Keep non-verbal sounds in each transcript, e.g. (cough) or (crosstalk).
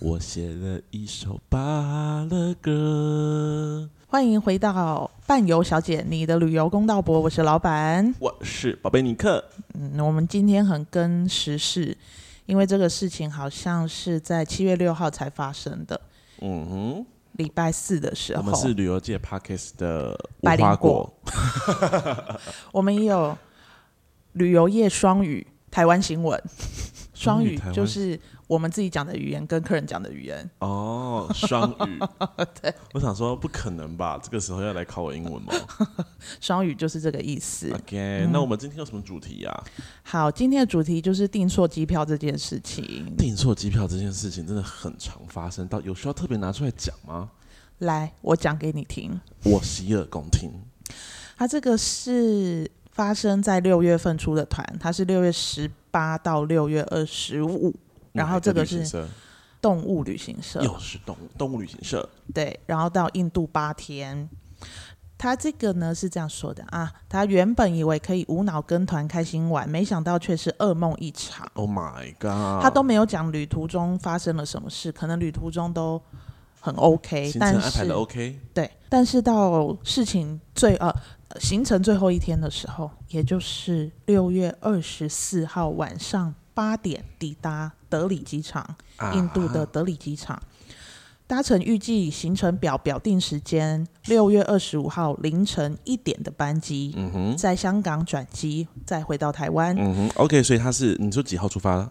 我写了一首芭乐歌。欢迎回到伴游小姐，你的旅游公道博，我是老板。我是宝贝尼克，嗯，我们今天很跟时事，因为这个事情好像是在七月六号才发生的，嗯哼，礼拜四的时我候，们是旅游界 Parkes 的无百灵花果，我们也有旅游业双语台湾新闻， (laughs) 双双语语台湾就是我们自己讲的语言跟客人讲的语言，哦，双 (laughs) 语。我想说不可能吧，这个时候要来考我英文 (laughs) 吗双语就是这个意思。 ？OK，、那我嗯们今天有什么主题呀、啊？好，今天的主题就是订错机票这件事情。订错机票这件事情真的很常发生，到有需要特别拿出来讲吗？来，我讲给你听。我洗耳恭听。它这个是发生在六月份出的团，它是六月十八到六月二十五，然后这个是嗯呃旅行社动物旅行社。又是动物动物旅行社，对，然后到印度八天。他这个呢是这样说的啊，他原本以为可以无脑跟团开心玩，没想到却是噩梦一场。 Oh my god！他都没有讲旅途中发生了什么事，可能旅途中都很 OK，行程但安排是的 OK，对，但是到事情最呃呃行程最后一天的时候，也就是六月二十四号晚上八点抵达德里机场，啊印度的德里机场。搭乘预计行程表表定时间六月二十五号凌晨一点的班机，嗯哼，在香港转机，再回到台湾。嗯哼，OK，所以他是你说几号出发？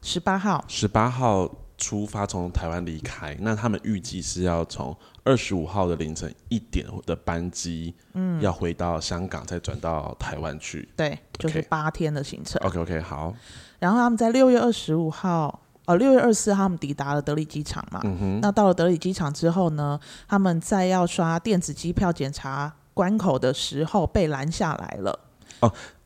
十八号十八号出发，从台湾离开。那他们预计是要从二十五号的凌晨一点的班机，嗯，要回到香港，再转到台湾去。对，就是 OK 八天的行程。 OK OK，好，然后他们在六月二十五号，呃，六月二十四号他们抵达了德里机场嘛。嗯那到了德里机场之后呢，他们在要刷电子机票检查关口的时候被拦下来了。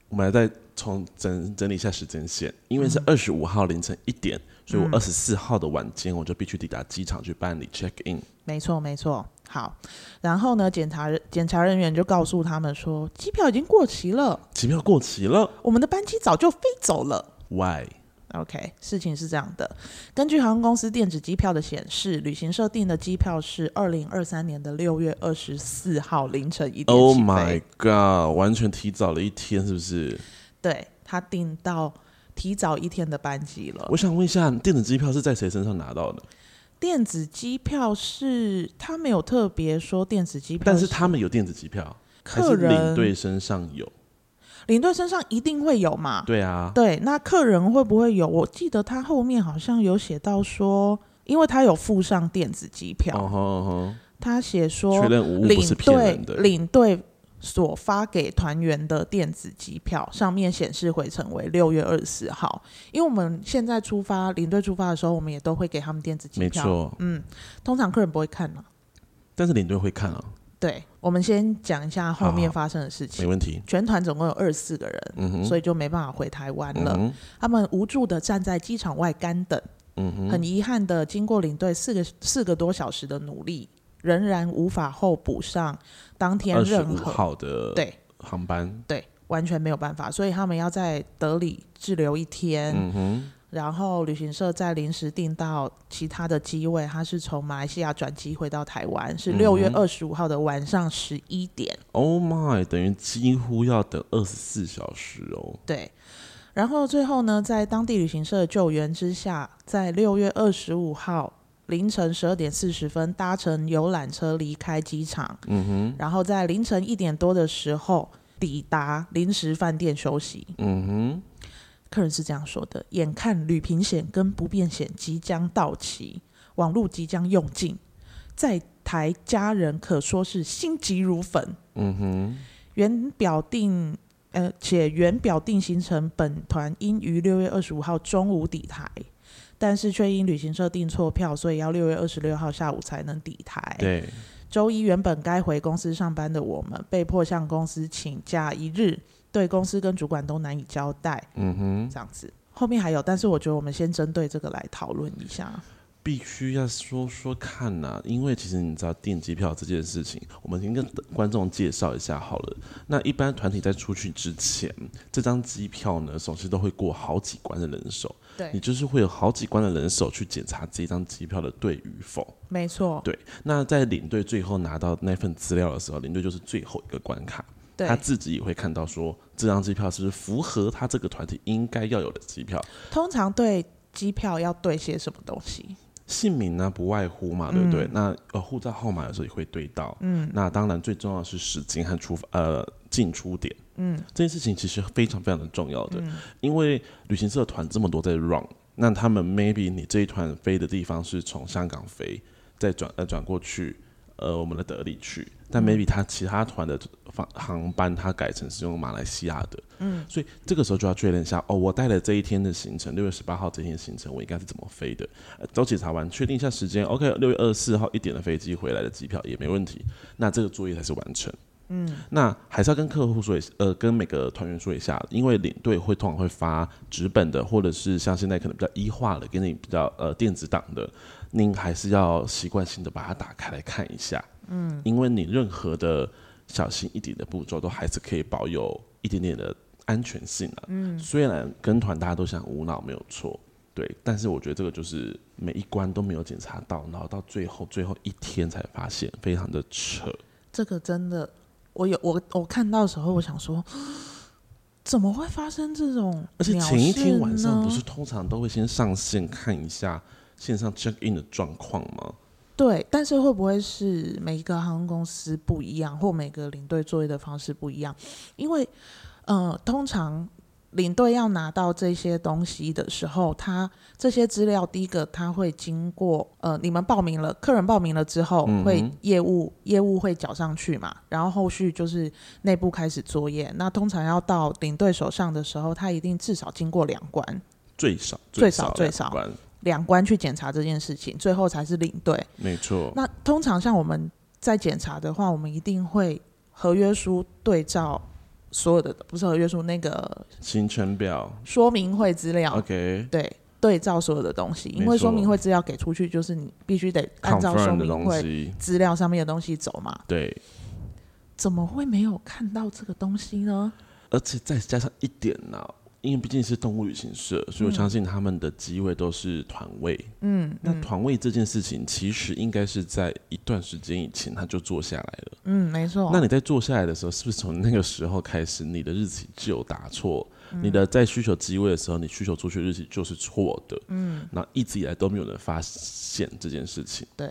我们来再从整整理一下时间线，因为是二十五号凌晨一点，所以我二十四号的晚间我就必须抵达机场去办理 check in。没错，没错。好，然后呢，检查人检查人员就告诉他们说，机票已经过期了，机票过期了我们的班机早就飞走了。 ，Why？ OK，事情是这样的，根据航空公司电子机票的显示，旅行社订的机票是二零二三年的六月二十四号凌晨一点起飞。 Oh my god！完全提早了一天，是不是？对他订到提早一天的班机了我。想问一下，电子机票是在谁身上拿到的？电子机票是他没有特别说电子机票，但是他们有电子机票，还客是人领队身上有？领队身上一定会有嘛？对啊，对，那客人会不会有？我记得他后面好像有写到说，因为他有附上电子机票，哦吼哦他写吼，说确认无误领不是骗队人的。领队所发给团员的电子机票上面显示回程为六月二十四号，因为我们现在出发领队出发的时候，我们也都会给他们电子机没票。错，嗯，通常客人不会看嘛。但是领队会看啊，对，我们先讲一下后面发生的事没情。问题。全团总共有二十四个人，嗯哼，所以以就没办法回台湾嗯了。哼，他们无助的站在机场外干等，嗯哼，很遗憾的，经过领队四个四个多小时的努力，仍然无法候补上当天二十任五何号的对航班，对完全没有办法，所以他们要在德里滞留一天。嗯哼，然后旅行社再临时订到其他的机位，他是从马来西亚转机回到台湾，是嗯哼六月二十五号的晚上十一点。 ，Oh my，等于几乎要等二十四小时哦。对，然后最后呢，在当地旅行社的救援之下，在六月二十五号凌晨十二点四十分搭乘游览车离开机场，嗯哼，然后在凌晨一点多的时候抵达临时饭店休息。嗯哼，客人是这样说的：眼看旅平险跟不便险即将到期，网络即将用尽，在台家人可说是心急如焚。嗯哼，原表定呃，且原表定行程本团应于六月二十五号中午抵台，但是却因旅行社订错票，所以要六月二十六号下午才能抵台。对，周一原本该回公司上班的我们，被迫向公司请假一日，对公司跟主管都难以交代。嗯哼。这样子。后面还有，但是我觉得我们先针对这个来讨论一下。必须要说说看呐、因为其实你知道订机票这件事情，我们先跟观众介绍一下好了。那一般团体在出去之前，这张机票呢，总是都会过好几关的人手，你对，就是会有好几关的人手去检查这张机票的对与否。没错，对，那在领队最后拿到那份资料的时候，领队就是最后一个关卡，对他，自己也会看到说这张机票是不是符合他这个团体应该要有的机票。通常对机票要对些什么东西？姓名呢不外乎嘛，对不对？那呃护照号码有时候也会对到，嗯，那当然最重要的是时间和出发呃进出点，嗯，这件事情其实非常非常的重要的，因为旅行社团这么多在 run，那他们 maybe 你这一团飞的地方是从香港飞，再转呃转过去。呃，我们的德里去，但 maybe 他其他团的航航班他改成是用马来西亚的，嗯，所以这个时候就要确认一下，哦，我带了这一天的行程，六月十八号这天的行程，我应该是怎么飞的？呃都检查完，确定一下时间，OK，六月二十四号一点的飞机回来的机票也没问题，那这个作业才是完成。嗯，那还是要跟客户说一，呃，跟每个团员说一下，因为领队会通常会发纸本的，或者是像现在可能比较一化的，给你比较呃电子档的，您还是要习惯性的把它打开来看一下。嗯，因为你任何的小心一点的步骤，都还是可以保有一点点的安全性啊。嗯，虽然跟团大家都想无脑没有错，对，但是我觉得这个就是每一关都没有检查到，然后到最后最后一天才发现，非常的扯。这个真的，我有我我看到的时候，我想说，怎么会发生这种？而且前一天晚上不是？通常都会先上线看一下线上 check in 的状况吗？对，但是会不会是每一个航空公司不一样，或每个领队作业的方式不一样？因为，呃，通常领队要拿到这些东西的时候，他这些资料，第一个他会经过呃，你们报名了，客人报名了之后，会业务业务会缴上去嘛，然后后续就是内部开始作业。那通常要到领队手上的时候，他一定至少经过两关，最少最少少最两少关，两关去检查这件事情，最后才是领队。没错。那通常像我们在检查的话，我们一定会合约书对照所有的，不是合约书那个行程表说明会资料， ，OK，对，对照所有的东西，因没为错说明会资料给出去，就是你必须得按照说 confirm 的明东会西，资料上面的东西走嘛。对。怎么会没有看到这个东西呢？而且再加上一点呢、因为毕竟是动物旅行社，所以我相信他们的机位都是团位。嗯，那团位这件事情其实应该是在一段时间以前他就做下来了。嗯，没错。那你在坐下来的时候，是不是从那个时候开始，你的日期就有打错？你的在需求机位的时候，你需求出去的日期就是错的。嗯，然后一直以来都没有人发现这件事情。对，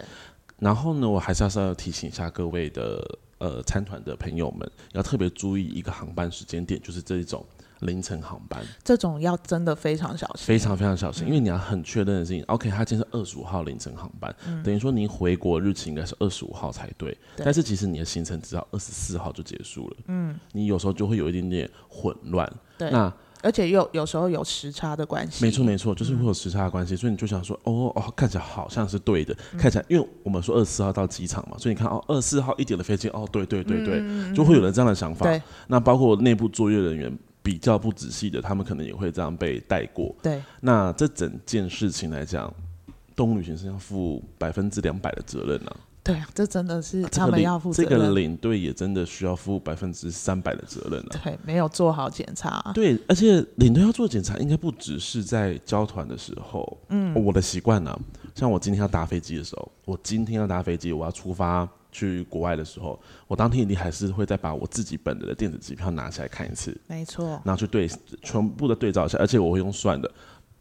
然后呢，我还是要稍微提醒一下各位的呃参团的朋友们，要特别注意一个航班时间点，就是这一种凌晨航班，这种要真的非常小心。非常非常小心，因为你要很确认的事情。OK，它今天是二十五号凌晨航班，等于说您回国日期应该是二十五号才对，对但是其实你的行程只要二十四号就结束了，嗯，你有时候就会有一点点混乱。对那而且有有时候有时差的关系。没错没错，嗯就是会有时差的关系，所以你就想说，哦哦，看起来好像是对的，看起来，因为我们说二十四号到机场嘛，所以你看哦，二十四号一点的飞机，哦，对对对嗯对，就会有人这样的想法。对那包括内部作业人员比较不仔细的，他们可能也会这样被带过。对，那这整件事情来讲，动物旅行社要负百分之两百的责任啊，对啊，这真的是这他个们要负领责这任。个领队也真的需要负百分之三百的责任啊。对，没有做好检查、对，而且领队要做检查，应该不只是在交团的时候。嗯，我的习惯呢，像我今天要搭飞机的时候，我今天要搭飞机，我要出发去国外的时候，我当天一定还是会再把我自己本人的电子机票拿起来看一次，没错，然后去对全部的对照一下，而且我会用算的。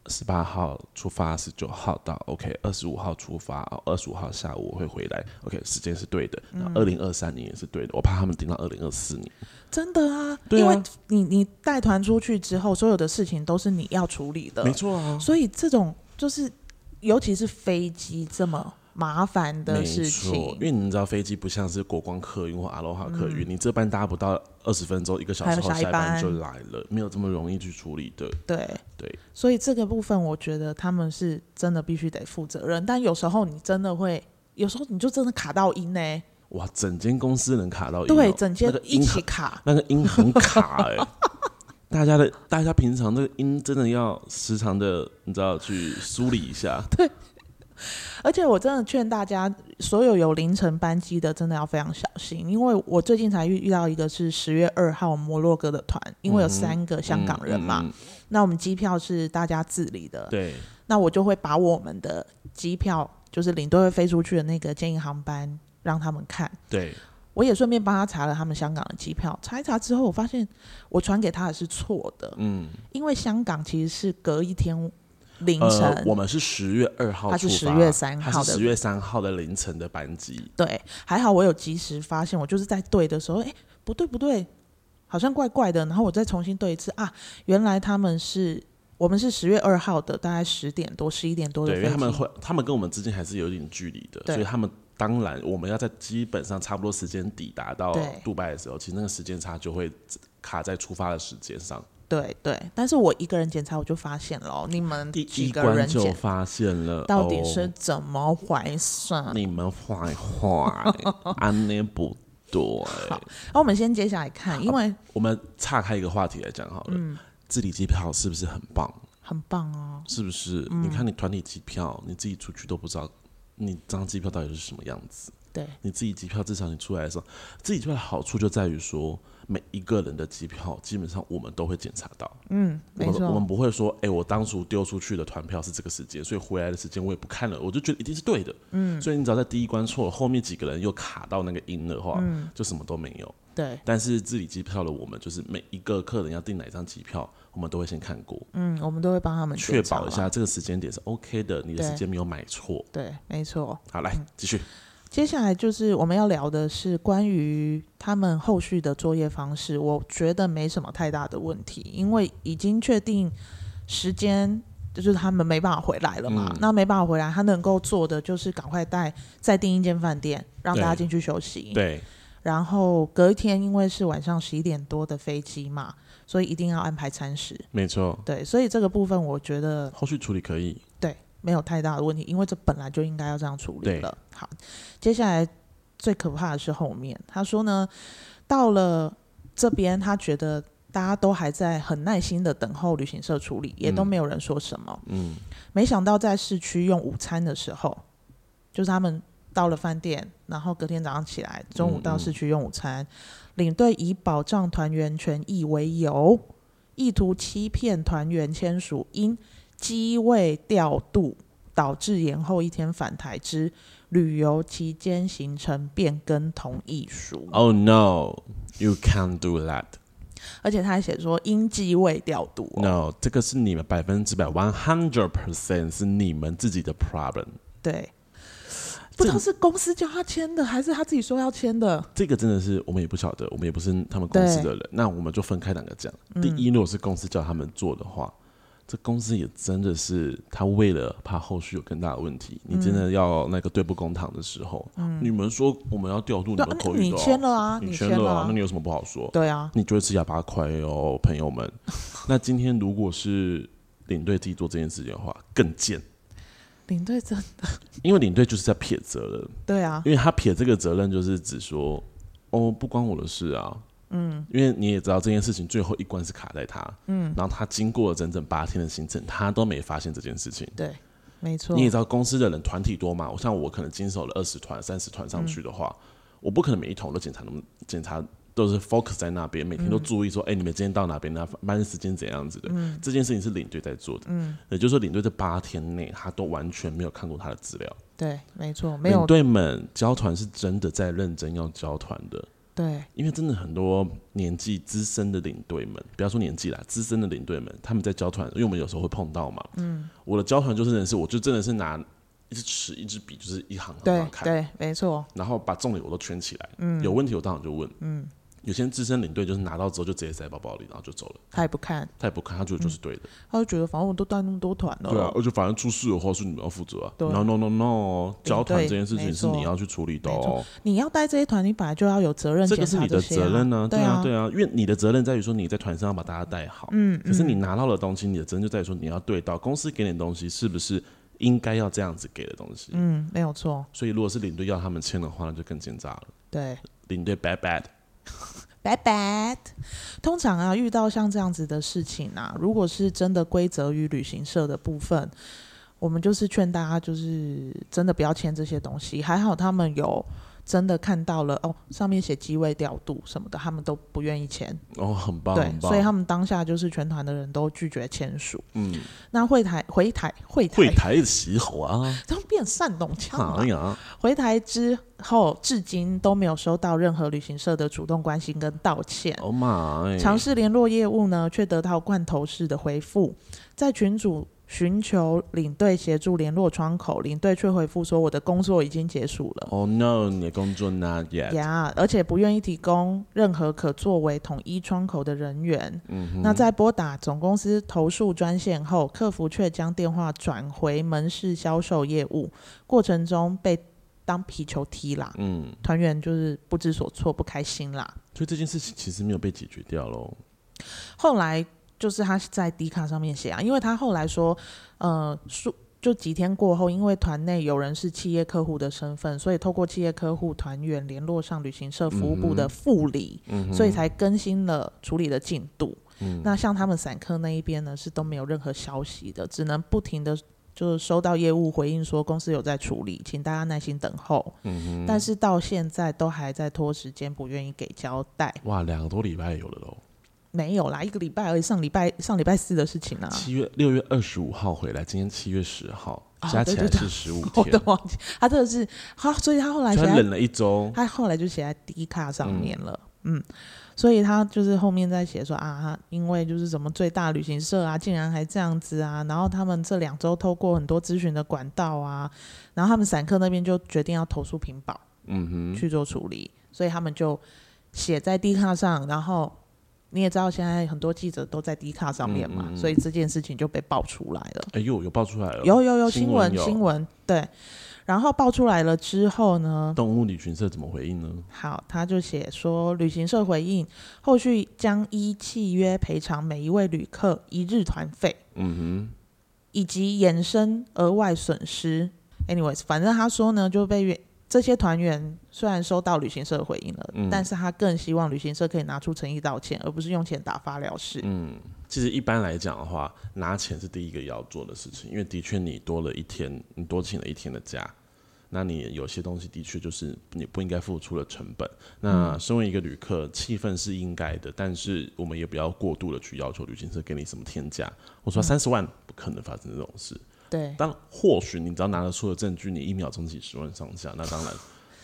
十八号出发，十九号到，OK，二十五号出发，哦二十五号下午我会回来，OK，时间是对的，然后二零二三年也是对的，我怕他们顶到二零二四年。真的啊，对因啊为你你带团出去之后，所有的事情都是你要处理的，没错啊，所以这种就是，尤其是飞机这么麻烦的没事错，情因，为你知道飞机不像是国光客运或阿罗哈客运，你这班搭不到二十分钟，一个小嗯还时有后下一下一班班就来了，没有这么容易去处理的。对对。所以这个部分，我觉得他们是真的必须得负责任，但有时候你真的会，有时候你就真的卡到音呢、哇，整间公司能卡到音哦对，整间那个一音起很卡，那个音很卡哎、大家的大家平常这个音真的要时常的，你知道去梳理一下。而且我真的劝大家，所有有凌晨班机的，真的要非常小心，因为我最近才遇遇到一个是十月二号摩洛哥的团，因为有三个香港人嘛，嗯嗯那我们机票是大家自理的，对，那我就会把我们的机票，就是领队会飞出去的那个建议航班让他们看，对，我也顺便帮他查了他们香港的机票，查一查之后，我发现我传给他的是错的，嗯，因为香港其实是隔一天凌晨，呃，我们是十月二号它出是发， 10月3号的它是十月三号的凌晨的班机，对，还好我有及时发现，我就是在对的时候，哎、不对不对，好像怪怪的，然后我再重新对一次啊，原来他们是我们是十月二号的，大概十点多、十一点多的对，因为飞他们机，会，他们跟我们之间还是有一点距离的，对所以他们当然我们要在基本上差不多时间抵达到对杜拜的时候，其实那个时间差就会卡在出发的时间上。对对，但是我一个人检查我就发现了哦，你们第几一个关人就检发现了，到底哦是怎么回事？你们坏坏，安内不 (laughs) 对。那、我们先接下来看，因为我们岔开一个话题来讲好了，嗯自理机票是不是很棒？很棒哦，是不是？你看你团体机票，你自己出去都不知道你张机票到底是什么样子。对你自己机票至少你出来的时候，自己机票的好处就在于说，每一个人的机票基本上我们都会检查到，嗯，我没们我错们，不会说，哎、我当初丢出去的团票是这个时间，所以回来的时间我也不看了，我就觉得一定是对的。嗯，所以你只要在第一关错了，后面几个人又卡到嗯那个音的话，就什么都没有。对但是自理机票的我们，就是每一个客人要订哪张机票，我们都会先看过，嗯，我们都会帮他们确检查保一啦，下这个时间点是 OK 的，你的时间没有买错。对，没错。好，来继续。接下来就是我们要聊的是关于他们后续的作业方式，我觉得没什么太大的问题，因为已经确定时间。就是他们没办法回来了嘛，嗯那没办法回来，他能够做的就是赶快带再订一间饭店，让大家对进去休息。对，然后隔一天，因为是晚上十一点多的飞机嘛，所以一定要安排餐食。没错，对，所以这个部分我觉得后续处理可以。对没有太大的问题，因为这本来就应该要这样处理对了。好，接下来最可怕的是后面，他说呢，到了这边，他觉得大家都还在很耐心的等候旅行社处理，也都嗯没有人说什么。嗯，没想到在市区用午餐的时候，就是他们到了饭店，然后隔天早上起来，中午到市区用午餐，领队以保障团员权益为由，意图欺骗团员签署因机位调度导致延后一天返台之旅游期间行程变更同意书， Oh no, you can't do that. 而且他还写说因机位调度、哦。 No，这个是你们百分之百 one hundred percent 是你们自己的 problem。对，不知道这是公司叫他签的，还是他自己说要签的。这个真的是我们也不晓得，我们也不是他们公司的人，那我们就分开两个讲。第一，如果是公司叫他们做的话，这公司也真的是他为了怕后续有更大的问题，你真的要那个对簿公堂的时候，你们说我们要调度你对们啊，口你语的、签哦，了啊，你签签了啊嗯那，你有什么不好说？对啊，你就会吃哑巴亏哦，朋友们。 (laughs) 那今天如果是领队自己做这件事情的话，更贱，领队真因为领队就是在撇责任。对啊，因为他撇这个责任，就是指说，哦，不关我的事啊。嗯，因为你也知道这件事情最后一关是卡在他，嗯，然后他经过了整整八天的行程，他都没发现这件事情。对，没错你，也知道公司的人团体多嘛，我像我可能经手了二十团、三十团上去的嗯话，我不可能每一团都检查那么检查。都是 focus 在那边，每天都注意说，嗯哎、你们今天到哪边，那班时间怎样子的、这件事情是领队在做的，嗯，也就是说，领队这八天内，他都完全没有看过他的资料，对，没错，没领有队们教团是真的在认真要教团的，对因为真的很多年纪资深的领队们，不要说年纪啦，资深的领队们，他们在教团，因为我们有时候会碰到嘛。嗯，我的教团就是认识，我就真的是拿一支尺、一支笔，就是一行行对行哦看，对，没错，然后把重点我都圈起来。嗯，有问题我当场就问。嗯，有些资深领队就是拿到之后就直接塞包包里，然后就走了，他也不看，他也不看，他觉得就是对的。他就觉得反正我都带那么多团了，对啊，而且反正出事的话是你们要负责啊。对 No no no no，教团领队这件事情是没你错要去处理的没哦错。你要带这些团，你本来就要有责任这个检是查你的些啊责任呢、对啊，对啊，因为你的责任在于说你在团上要把大家带好，嗯，可是你拿到了东西，你的责任就在于说你要对到公司给你的东西是不是应该要这样子给的东西，嗯，没有错，所以如果是领队要他们签的话，那就更奸诈了，对。领队 bad bad，拜拜。通常啊，遇到像这样子的事情啊，如果是真的规则与旅行社的部分，我们就是劝大家，就是真的不要签这些东西。还好他们有真的看到了哦，上面写机位调度什么的，他们都不愿意签。哦，很棒，对很，棒。所以他们当下就是全团的人都拒绝签署。嗯，那会台回台会台会，台洗好啊，怎么变山东腔了哎？呀，回台之后，至今都没有收到任何旅行社的主动关心跟道歉。哦妈哎，尝试联络业务呢，却得到罐头式的回复，在群组寻求领队协助联络窗口，领队却回复说我的工作已经结束了。哦 no，你的工作 not yet，呀而且不愿意提供任何可作为统一窗口的人员。嗯哼，那在拨打总公司投诉专线后，客服却将电话转回门市销售业务，过程中被当皮球踢啦，嗯，团员就是不知所措，不开心啦。所以这件事情其实没有被解决掉喽。后来就是他在迪卡上面写啊，因为他后来说，呃，数就几天过后，因为团内有人是企业客户的身份，所以透过企业客户团员联络上旅行社服务部的副理，嗯哼，所以才更新了处理的进度。嗯那像他们散客那一边呢，是都没有任何消息的，只能不停的。就是收到业务回应说公司有在处理，请大家耐心等候。嗯哼，但是到现在都还在拖时间，不愿意给交代。哇，两个多礼拜有了喽。没有啦，一个礼拜而已，上礼拜上礼拜四的事情啊啦、七月六月二十五号回来，今天七月十号，哦加起来对对对是十五 (laughs) (laughs) 我天都，忘记，他真的是他，所以他后来写所以他在忍了一周。他后来就写在 D 卡上面了，嗯所以他就是后面在写说啊，他因为就是什么最大旅行社啊，竟然还这样子啊，然后他们这两周透过很多咨询的管道啊，然后他们散客那边就决定要投诉屏保嗯哼，去做处理，所以他们就写在 D 卡上，然后。你也知道，现在很多记者都在 D 卡上面嘛，嗯嗯嗯所以这件事情就被爆出来了。哎呦，有爆出来了，有有有新新闻闻有新闻对，然后爆出来了之后呢，动物旅行社怎么回应呢？好，他就写说旅行社回应，后续将依契约赔偿每一位旅客一日团费嗯以及衍生额外损失。Anyways，反正他说呢，就被原这些团员虽然收到旅行社的回应了，嗯但是他更希望旅行社可以拿出诚意道歉，而不是用钱打发了事。哼，嗯，其实一般来讲的话，拿钱是第一个要做的事情，因为的确你多了一天，你多请了一天的假，那你有些东西的确就是你不应该付出的成本。那嗯身为一个旅客，气氛是应该的，但是我们也不要过度的去要求旅行社给你什么天价。我说三十万不可能发生这种事，对，但或许你只要拿得出的证据，你一秒钟几十万上下，那当然，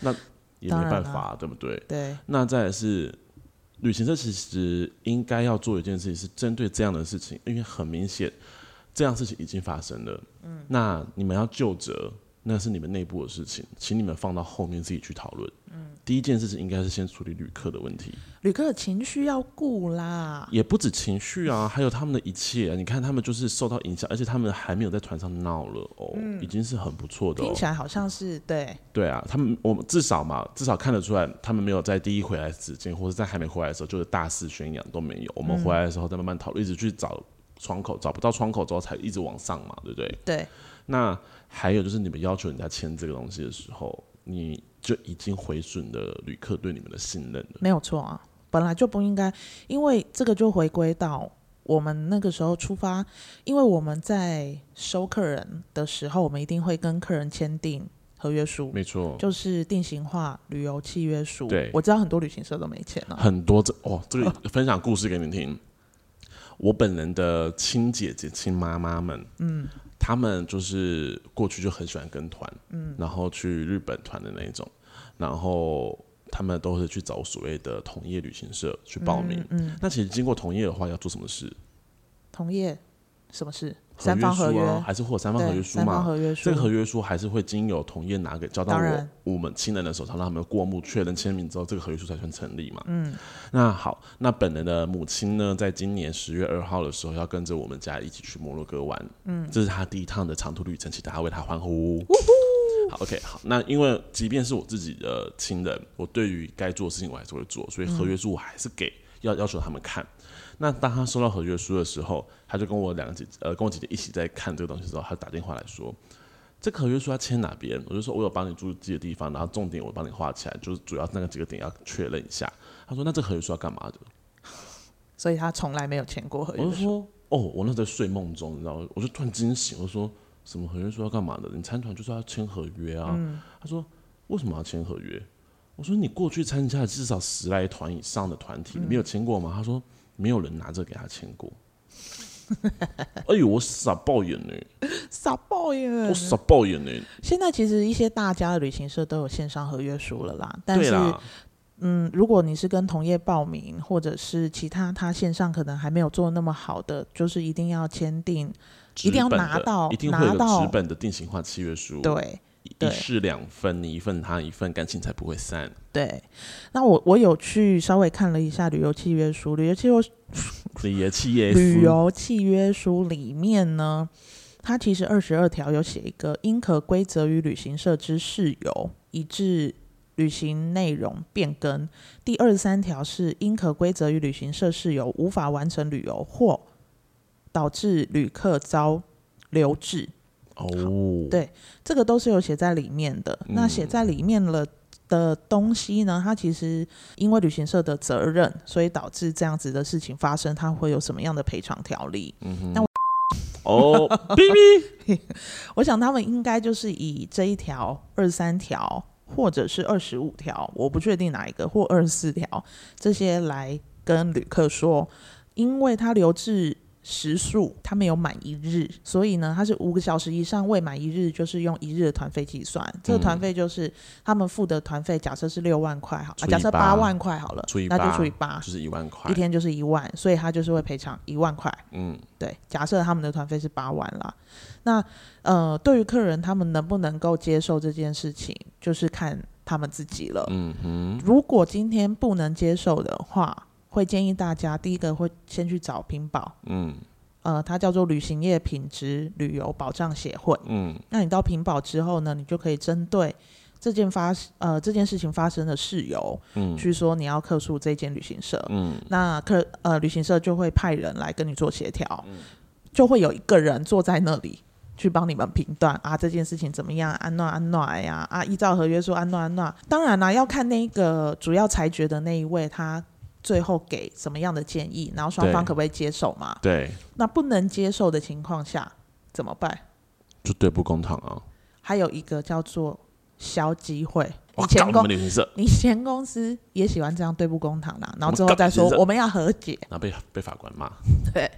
那也当没然办啦法、啊对不对？对，那再来是，旅行社其实应该要做一件事情，是针对这样的事情，因为很明显，这样的事情已经发生了。嗯，那你们要就责，那是你们内部的事情，请你们放到后面自己去讨论。嗯，第一件事情应该是先处理旅客的问题，旅客的情绪要顾啦。也不止情绪啊，还有他们的一切、啊。你看，他们就是受到影响，而且他们还没有在船上闹了哦，已经是很不错的、哦。听起来好像是对，对啊，他们我们至少嘛，至少看得出来，他们没有在第一回来之前，或者在还没回来的时候，就是大肆宣扬都没有。我们回来的时候再慢慢讨论，一直去找窗口，找不到窗口之后才一直往上嘛，对不对？对，那还有就是你们要求人家签这个东西的时候，你就已经毁损了旅客对你们的信任了。没有错啊，本来就不应该，因为这个就回归到我们那个时候出发，因为我们在收客人的时候，我们一定会跟客人签订合约书，没错，就是定型化旅游契约书。对我知道很多旅行社都没签啊。很多这哦，这个分享故事给你听。我本人的亲姐姐、亲妈妈们，嗯，他们就是过去就很喜欢跟团，嗯，然后去日本团的那一种，然后他们都是去找所谓的同业旅行社去报名。嗯，嗯那其实经过同业的话，要做什么事？同业什么事？合三方书合约，啊，还是或者三方合约对，书三方嘛？合约书。这个合约书还是会经由同业拿给交到当然我我们亲人的手上，让他们过目确认签名之后，这个合约书才算成立嘛。嗯，那好，那本人的母亲呢，在今年十月二号的时候，要跟着我们家一起去摩洛哥玩。嗯，这是她第一趟的长途旅程，请大家为她欢呼。好，OK，好。那因为即便是我自己的亲人，我对于该做的事情我还是会做，所以合约书我还是给、要要求他们看。那当他收到合约书的时候，他就跟我两个姐呃跟我姐姐一起在看这个东西的时候，他打电话来说，这个合约书要签哪边？我就说我有帮你注记的地方，然后重点我帮你画起来，就是主要那个几个点要确认一下。他说那这合约书要干嘛的？所以他从来没有签过合我约就书。说哦，我那时候在睡梦中，你知道吗，我就突然惊醒，我就说什么合约书要干嘛的？你参团就是要签合约啊。他说为什么要签合约？我说你过去参加至少十来团以上的团体，你没有签过吗？他说没有人拿着给他签过。 (laughs) 哎呦，我傻爆眼呢、傻爆耶我！傻爆眼欸呢、现在其实一些大家的旅行社都有线上合约书了啦，但对是啦，嗯，如果你是跟同业报名，或者是其他他线上可能还没有做那么好的，就是一定要签订，纸一定要本拿的到一定会有拿到纸本的定型化契约书。对，一，对一式两份，你一份他一份，感情才不会 (laughs) 散。对，那我我有去稍微看了一下旅游契约书，旅游契约这也企业旅游契约书里面呢，它其实二十二条有写一个，因可归责于旅行社之事由，以致旅行内容变更。第二十三条是因可归责于旅行社事由无法完成旅游或导致旅客遭留置，哦，对这个都是有写在里面的。那写在里面了的东西呢，它其实因为旅行社的责任，所以导致这样子的事情发生，它会有什么样的赔偿条例？嗯哦，B (laughs) B，我想他们应该就是以这一条、二十三条，或者是二十五条，我不确定哪一个，或二十四条这些来跟旅客说，因为他留置。时数他没有满一日，所以呢，他是五个小时以上未满一日，就是用一日的团费计算。这个嗯团费就是他们付的团费，假设是六万块好，啊除以假设八八万块好了除以，那就八除以八，就是一万块一。天就是一万，所以他就是会赔偿一万块。嗯，对，假设他们的团费是八万啦，那呃，对于客人他们能不能够接受这件事情，就是看他们自己了。嗯哼，如果今天不能接受的话，会建议大家第一个会先去找屏保，嗯呃，它叫做旅行业品质旅游保障协会。嗯那你到屏保之后呢，你就可以针对这件发呃这件事情发生的事由，嗯去说你要客诉这间旅行社。嗯，那客呃旅行社就会派人来跟你做协调，嗯就会有一个人坐在那里去帮你们评断啊这件事情怎么样，安暖安暖呀啊，依照合约书安暖安暖。当然啦，要看那个主要裁决的那一位他。最后给什么样的建议，然后双方对可不可以接受嘛？对，那不能接受的情况下怎么办？就对簿公堂啊。还有一个叫做消基会，以我前搞你公们旅行社，以前公司也喜欢这样对簿公堂啦，然后之我后们再说干我们要和解，然后被被法官骂。对，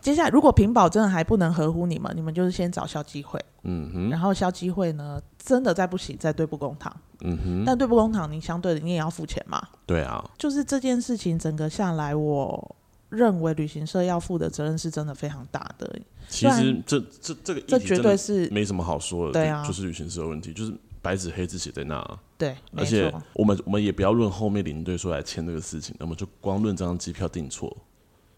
接下来如果屏保真的还不能合乎你们，你们就是先找消基会，嗯哼，然后消基会呢真的再不行再对簿公堂，嗯哼，但对簿公堂你相对的你也要付钱嘛。对啊，就是这件事情整个下来，我认为旅行社要负的责任是真的非常大的，其实这这这个议题这绝真的对是没什么好说的，对啊就就是旅行社的问题，就是白纸黑字写在那啊、对，而没且错，我们我们也不要论后面领队说来签这个事情，那么就光论这张机票订错，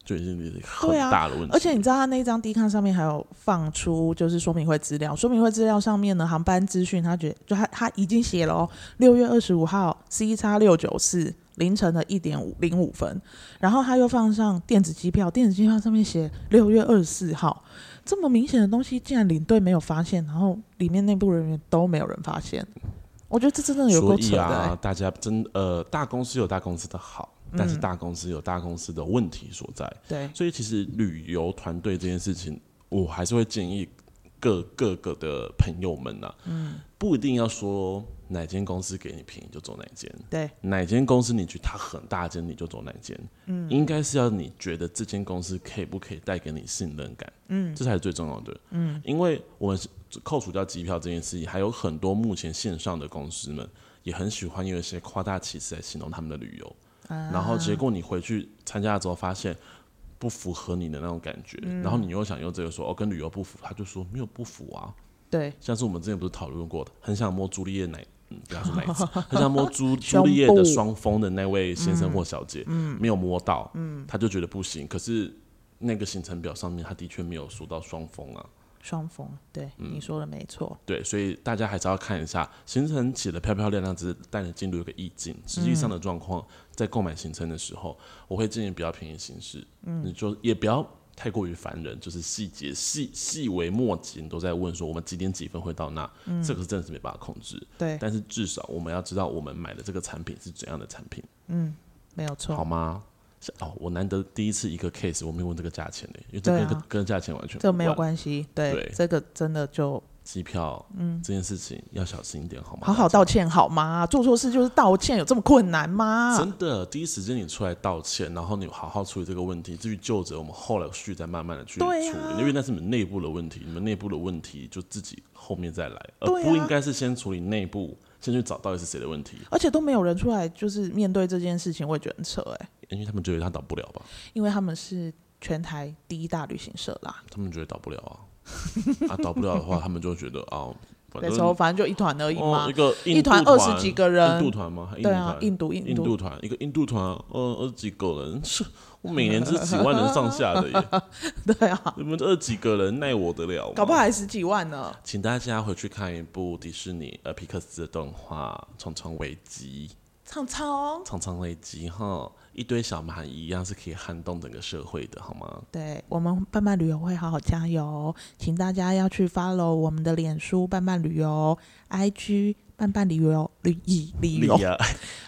就已经是很对啊大的问题。而且你知道他那一张 D 看上面还有放出就是说明会资料，说明会资料上面呢航班资讯，他觉就他他已经写了哦，六月二十五号 C 叉六九四凌晨的一点五零五分，然后他又放上电子机票，电子机票上面写六月二十四号，这么明显的东西竟然领队没有发现，然后里面内部人员都没有人发现，我觉得这真的有所够扯以的、欸嗯啊，大家真呃，大公司有大公司的好，但是大公司有大公司的问题所在。对，所以其实旅游团队这件事情，我还是会建议各各个的朋友们呐、嗯，不一定要说哪间公司给你便宜就走哪间，对，哪间公司你觉得它很大间你就走哪间，嗯，应该是要你觉得这间公司可以不可以带给你信任感，嗯，这才是最重要的，嗯，因为我们是扣除掉机票这件事情，还有很多目前线上的公司们也很喜欢用一些夸大其词来形容他们的旅游，然后结果你回去参加了之后发现。不符合你的那种感觉，然后你又想用这个说哦，跟旅游不符，他就说没有不符啊。对，像是我们之前不是讨论过的，很想摸朱丽叶奶，嗯，不要说奶子，很想摸朱胸朱部丽叶的双峰的那位先生或小姐，没有摸到，他就觉得不行。可是那个行程表上面，他的确没有说到双峰啊，双峰，对，嗯你说的没错，对，所以大家还是要看一下行程写的漂漂亮亮，只是带你进入一个意境。实际上的状况，在购买行程的时候，我会建议不要便宜行事，嗯，你就也不要太过于烦人，就是细节细细微末节，你都在问说我们几点几分会到那，这个真的是没办法控制。对，但是至少我们要知道我们买的这个产品是怎样的产品，没有错好。吗？像哦，我难得第一次一个 case 我没有问这个价钱的、因为这对跟、啊跟跟价钱完全这没有无关。关系，对，对这个真的就机票，嗯，这件事情要小心一点，好吗？好好大道歉好吗？做错事就是道歉，有这么困难家。吗？真的，第一时间你出来道歉，然后你好好处理这个问题。至于就责，我们后来有续再慢慢的去处对理，啊因为那是你们内部的问题，你们内部的问题就自己后面再来，而对啊不应该是先处理内部，先去找到底是谁的问题，而且都没有人出来，就是面对这件事情，我也觉得很扯哎、因为他们觉得他倒不了吧，因为他们是全台第一大旅行社啦，他们觉得倒不了 (laughs) 啊，啊，倒不了的话，他们就觉得哦，反那正时候反正就一团而已哦嘛，一个印一团度团20几个人印度团吗？还印对啊，尼团印度印印度度团，一个印度团，呃，二十几个人，是我每年是几万人上下的耶， (laughs) 对啊，你们这二十几个人奈我得了吗？搞不好还十几万呢。请大家回去看一部迪士尼呃皮克斯的动画《常常危机》，唱超《常常危机》哈，一堆小蚂蚁一样是可以撼动整个社会的，好吗？对我们伴伴旅游会好好加油，请大家要去 follow 我们的脸书伴伴旅游、IG 伴伴旅游、旅旅旅游利亚哎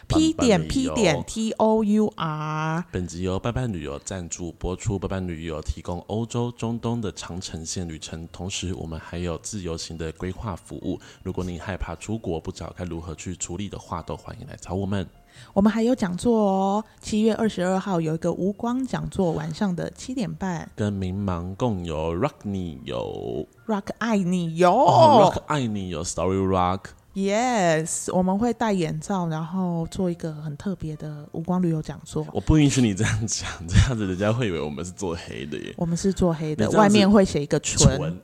P 伴伴点旅 P 游点 T O U R。本集由伴伴旅游赞助播出，伴伴旅游提供欧洲、中东的长城线旅程，同时我们还有自由行的规划服务。如果您害怕出国不知道该如何去处理的话，都欢迎来找我们。我们还有讲座哦，七月二十二号有一个无光讲座，晚上的七点半跟民盲共游，Rock 你游，Rock 爱你哟、哦、r o c k 爱你游，Story Rock。 Yes，我们会戴眼罩，然后做一个很特别的无光旅游讲座。我不允许你这样讲，这样子人家会以为我们是做黑的耶。我们是做黑的，你这样外子面会写一个纯。纯，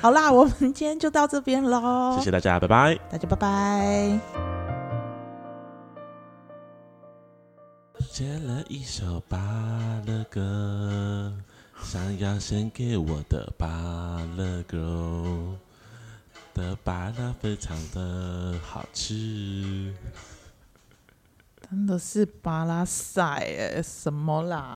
好啦，我们今天就到这边喽，谢谢大家，拜拜。大家，拜拜。写了一首巴勒歌，想要献给我的巴勒 girl 的巴拉非常的好吃。真的是巴拉塞哎、什么啦？